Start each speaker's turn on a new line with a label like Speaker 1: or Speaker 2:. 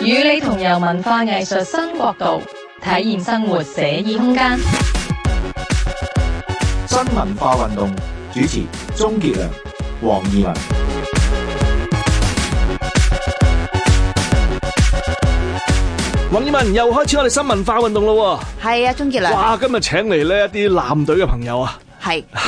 Speaker 1: 與你同遊文化藝術新國度，體驗生活寫意空間。
Speaker 2: 新文化運動主持鍾傑良、黃義文。
Speaker 3: 黃以文又開始我哋新文化運動咯
Speaker 4: 係啊，鍾傑
Speaker 3: 喎，
Speaker 4: 良，
Speaker 3: 哇！今日請嚟呢一啲艦隊嘅朋友啊，
Speaker 4: 係